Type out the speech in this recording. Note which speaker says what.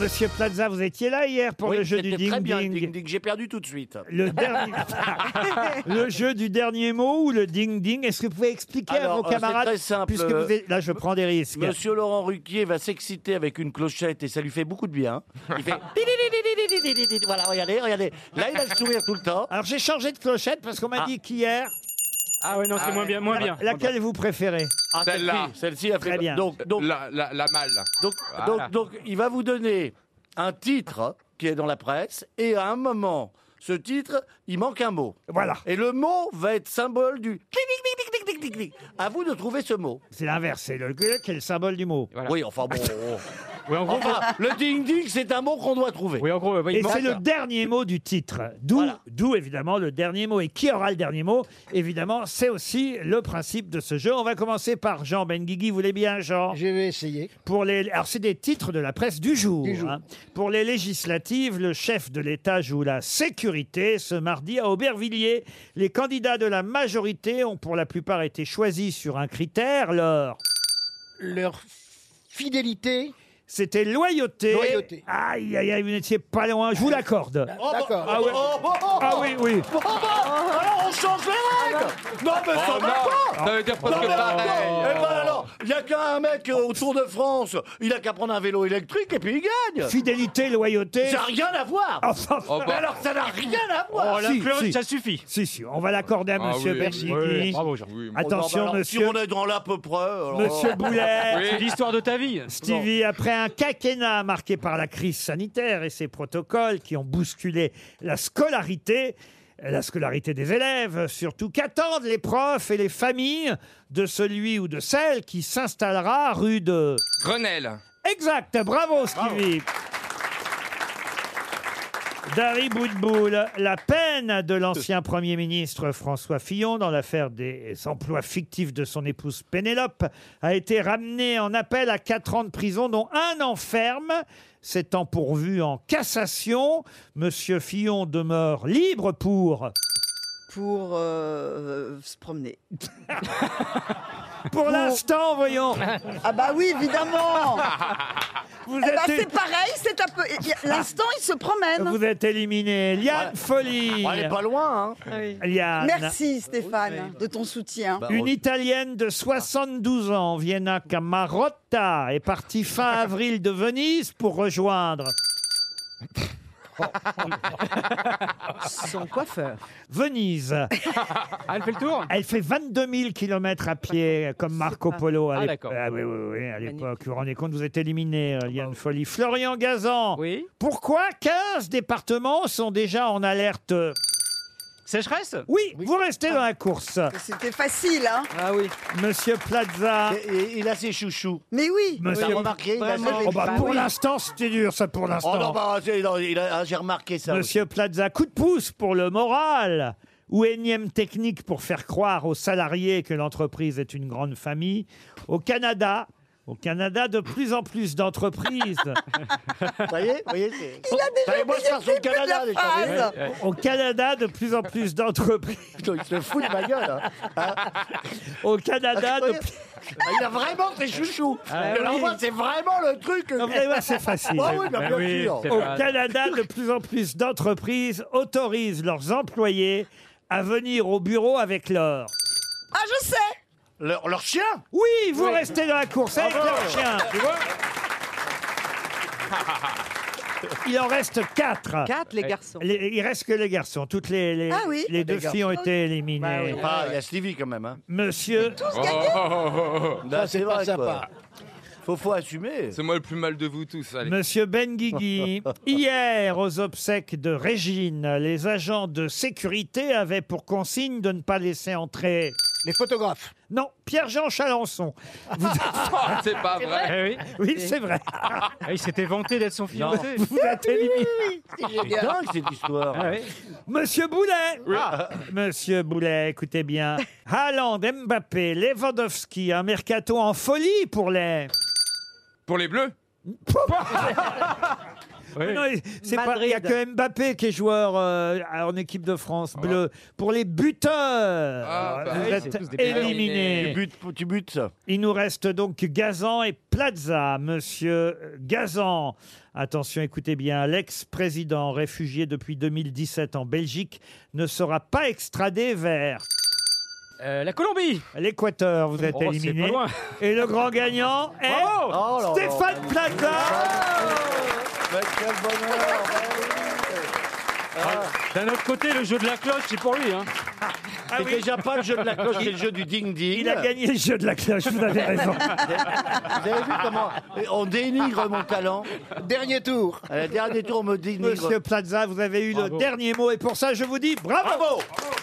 Speaker 1: Monsieur Plaza, vous étiez là hier pour
Speaker 2: Oui,
Speaker 1: le jeu du
Speaker 2: c'était
Speaker 1: ding
Speaker 2: très bien, le
Speaker 1: ding.
Speaker 2: ding-ding. J'ai perdu tout de suite.
Speaker 1: Le, dernier... le jeu du dernier mot ou le ding ding. Est-ce que vous pouvez expliquer à
Speaker 2: Alors,
Speaker 1: vos
Speaker 2: euh, c'est
Speaker 1: camarades
Speaker 2: très simple. euh,
Speaker 1: Puisque vous êtes- là, je prends des risques.
Speaker 2: Monsieur Laurent Ruquier va s'exciter avec une clochette et ça lui fait beaucoup de bien. Il fait. Voilà, regardez, regardez. Là, il a le sourire tout le temps.
Speaker 1: Alors j'ai changé de clochette parce qu'on m'a
Speaker 2: Ah.
Speaker 1: dit qu'hier.
Speaker 3: Ah ouais, non, c'est moins bien, moins bien.
Speaker 1: Laquelle vous préférez
Speaker 2: Ah,
Speaker 4: Celle-là.
Speaker 2: Celle-ci, celle-ci a fait
Speaker 1: Très bien.
Speaker 2: Donc, donc,
Speaker 4: la, la, la malle.
Speaker 2: donc,
Speaker 4: Voilà.
Speaker 2: donc, donc, il va vous donner un titre qui est dans la presse et à un moment, ce titre, il manque un mot.
Speaker 1: Voilà.
Speaker 2: Et le mot va être symbole du. clic, clic, clic, clic, clic, clic, clic. À vous de trouver ce mot.
Speaker 1: C'est l'inverse. C'est le gueux qui est le symbole du mot.
Speaker 3: Voilà.
Speaker 2: Oui, enfin bon. oh.
Speaker 3: Oui, en gros,
Speaker 2: Enfin, Ah, le ding-ding, c'est un mot qu'on doit trouver.
Speaker 3: oui, en gros ouais, il
Speaker 1: Ah, Et
Speaker 3: manque-
Speaker 1: c'est le dernier mot du titre. D'où,
Speaker 2: Voilà.
Speaker 1: d'où évidemment le dernier mot. Et qui aura le dernier mot Évidemment, c'est aussi le principe de ce jeu. On va commencer par Jean Benguigui. Vous voulez bien, Jean
Speaker 5: Je vais essayer.
Speaker 1: Pour les, alors c'est des titres de la presse du jour.
Speaker 5: Du jour.
Speaker 1: hein. Pour les législatives, le chef de l'État joue la sécurité. Ce mardi à Aubervilliers, les candidats de la majorité ont pour la plupart été choisis sur un critère. Leur
Speaker 5: Leur fidélité.
Speaker 1: c'était loyauté.
Speaker 5: Loyauté.
Speaker 1: Aïe aïe aïe, vous n'étiez pas loin. Je vous l'accorde.
Speaker 5: D'accord.
Speaker 1: Ah, ouais.
Speaker 2: Oh,
Speaker 1: Ah oui oui.
Speaker 2: Alors on change les règles Non mais Ah, ça
Speaker 4: Oh,
Speaker 2: va pas
Speaker 4: Ça veut dire
Speaker 2: Non,
Speaker 4: presque
Speaker 2: mais attends. Eh
Speaker 4: pareil.
Speaker 2: ben alors, il n'y a qu'un mec euh, au Tour de France, il a qu'à prendre un vélo électrique et puis il gagne
Speaker 1: Fidélité, loyauté.
Speaker 2: Ça n'a rien à voir
Speaker 1: Enfin,
Speaker 4: Oh,
Speaker 2: Mais
Speaker 4: bah.
Speaker 2: alors ça n'a rien à voir
Speaker 3: Oh, la
Speaker 1: Si,
Speaker 3: Claude,
Speaker 1: si.
Speaker 3: ça suffit.
Speaker 1: si si, on va l'accorder à
Speaker 4: Ah
Speaker 1: Monsieur
Speaker 4: oui,
Speaker 1: Bergigny.
Speaker 3: oui, bravo, Jean.
Speaker 4: Oui,
Speaker 2: Oh, non, mais
Speaker 1: Attention
Speaker 2: alors, Si
Speaker 1: Monsieur,
Speaker 2: on Oh. est dans l'à peu près... alors-
Speaker 1: Monsieur Boulet.
Speaker 3: C'est l'histoire de ta vie.
Speaker 1: Stevie, après un quinquennat marqué par la crise sanitaire et ses protocoles qui ont bousculé la scolarité, la scolarité des élèves, surtout qu'attendent les profs et les familles de celui ou de celle qui s'installera rue de...
Speaker 4: Grenelle.
Speaker 1: Exact, bravo Stevie. Dari Boudboul, la peine de l'ancien Premier ministre François Fillon dans l'affaire des emplois fictifs de son épouse Pénélope a été ramenée en appel à 4 ans de prison, dont un en ferme. S'étant pourvu en cassation, Monsieur Fillon demeure libre pour...
Speaker 6: pour euh, se promener.
Speaker 1: Pour l'instant, voyons
Speaker 6: Ah bah oui, évidemment
Speaker 1: Vous
Speaker 6: Eh bah,
Speaker 1: êtes,
Speaker 6: C'est pareil, c'est un peu... il y a- L'instant, il se promène.
Speaker 1: vous êtes éliminé. Liane Folie
Speaker 2: Bon, elle est pas loin, hein
Speaker 1: Liane.
Speaker 6: Merci Stéphane de ton soutien.
Speaker 2: Bah,
Speaker 1: Une
Speaker 2: on-
Speaker 1: Italienne de 72 ans, Vienna Camarotta, est partie fin avril de Venise pour rejoindre
Speaker 6: Son coiffeur.
Speaker 1: Venise.
Speaker 3: Ah, elle fait le tour
Speaker 1: Elle fait 22 000 kilomètres à pied, comme Marco
Speaker 6: pas-
Speaker 1: Polo à
Speaker 3: Ah,
Speaker 1: l'ép-
Speaker 3: d'accord.
Speaker 1: Ah oui, oui, oui, à l'époque. Vous vous rendez compte, vous êtes éliminé, euh, Liane Folie. Florian Gazan,
Speaker 3: Oui.
Speaker 1: pourquoi 15 départements sont déjà en alerte
Speaker 3: Sécheresse
Speaker 1: Oui, vous restez dans la course.
Speaker 6: C'était facile, hein
Speaker 3: Ah oui.
Speaker 1: Monsieur Plaza.
Speaker 2: Ah. Et- et- Il a ses chouchous.
Speaker 6: Mais oui
Speaker 2: T'as
Speaker 1: Monsieur...
Speaker 2: remarqué il a ses-
Speaker 1: Oh, bah, pour l'instant, c'était dur, ça, pour l'instant.
Speaker 2: Oh non, bah, c'est- non, il a- ah, j'ai remarqué ça aussi.
Speaker 1: Monsieur Plaza, coup de pouce pour le moral ou énième technique pour faire croire aux salariés que l'entreprise est une grande famille. Au Canada, au Canada, de plus en plus d'entreprises,
Speaker 2: Vous voyez, vous voyez c'est-
Speaker 6: Il a déjà
Speaker 2: Fallait moi faire son
Speaker 6: oublié le début de
Speaker 2: Canada,
Speaker 6: la
Speaker 2: les
Speaker 6: phrase
Speaker 1: au Canada, de plus en plus d'entreprises,
Speaker 2: Putain, Il se fout de ma gueule. hein.
Speaker 1: au Canada, de plus...
Speaker 2: Ah, Il a vraiment ses chouchous. Alors
Speaker 1: oui.
Speaker 2: moi, c'est vraiment le truc. euh,
Speaker 1: Non, vous allez voir, Eh ben, c'est facile.
Speaker 2: Ah oui, bah, bien sûr.
Speaker 3: c'est
Speaker 1: Au
Speaker 3: pas-
Speaker 1: Canada, de plus en plus d'entreprises autorisent leurs employés à venir au bureau avec leur...
Speaker 6: Ah, je sais
Speaker 2: Leur, leur chien
Speaker 1: Oui, vous restez dans la course avec leur chien. Il en reste quatre.
Speaker 6: Quatre, les garçons.
Speaker 1: Les- il reste que les garçons. Toutes les, les,
Speaker 6: Ah oui.
Speaker 1: les deux
Speaker 2: les Bah
Speaker 1: filles ont été éliminées.
Speaker 2: Enfin, il y a Stevie quand même. Hein.
Speaker 1: Monsieur,
Speaker 6: Tous
Speaker 4: Oh,
Speaker 6: gagnés
Speaker 4: oh, oh, oh, oh.
Speaker 2: Bah,
Speaker 5: c'est pas sympa.
Speaker 2: Faut, faut assumer.
Speaker 4: C'est moi le plus mal de vous tous. Allez.
Speaker 1: Monsieur Benguigui, hier, aux obsèques de Régine, les agents de sécurité avaient pour consigne de ne pas laisser entrer.
Speaker 5: Les photographes.
Speaker 1: Non, Pierre-Jean Chalençon. Vous-
Speaker 4: C'est pas vrai.
Speaker 3: Eh oui.
Speaker 1: oui, c'est vrai.
Speaker 3: Ah, il s'était vanté d'être son fiancé.
Speaker 1: Vous êtes éliminé.
Speaker 6: Ah.
Speaker 2: C'est dingue cette histoire.
Speaker 3: Ah oui.
Speaker 1: Monsieur Boulet Ah. Monsieur Boulet, écoutez bien. Haaland, Mbappé, Lewandowski, un mercato en folie pour les...
Speaker 4: Pour les bleus
Speaker 1: Mais non, et c'est pas- Il n'y a
Speaker 7: Madrid.
Speaker 1: que Mbappé qui est joueur euh, en équipe de France bleue. Pour les buteurs,
Speaker 4: Ah, bah
Speaker 1: vous
Speaker 4: oui,
Speaker 1: êtes
Speaker 4: c'est tous des buteurs.
Speaker 1: éliminés.
Speaker 4: Tu
Speaker 2: Bute- tu butes.
Speaker 1: Il nous reste donc Gazan et Plaza. Monsieur Gazan, attention, écoutez bien, l'ex-président réfugié depuis 2017 en Belgique ne sera pas extradé vers
Speaker 3: Euh, la Colombie.
Speaker 1: l'Équateur. Vous êtes
Speaker 3: Oh, c'est
Speaker 1: éliminé.
Speaker 3: pas loin.
Speaker 1: Et le grand gagnant est
Speaker 2: Oh là là.
Speaker 1: Stéphane Plaza.
Speaker 2: Mais quel bonheur.
Speaker 3: D'un autre côté, le jeu de la cloche, c'est pour lui. Hein.
Speaker 1: Ah
Speaker 2: C'est
Speaker 1: oui,
Speaker 2: déjà pas le jeu de la cloche, c'est le jeu du ding-ding.
Speaker 1: il a gagné le jeu de la cloche, vous avez raison.
Speaker 2: Vous avez vu comment on dénigre mon talent
Speaker 5: Dernier tour.
Speaker 2: À la dernière tour, on me dénigre.
Speaker 1: Monsieur Plaza, vous avez eu le
Speaker 3: Bravo.
Speaker 1: dernier mot et pour ça, je vous dis bravo.
Speaker 2: Bravo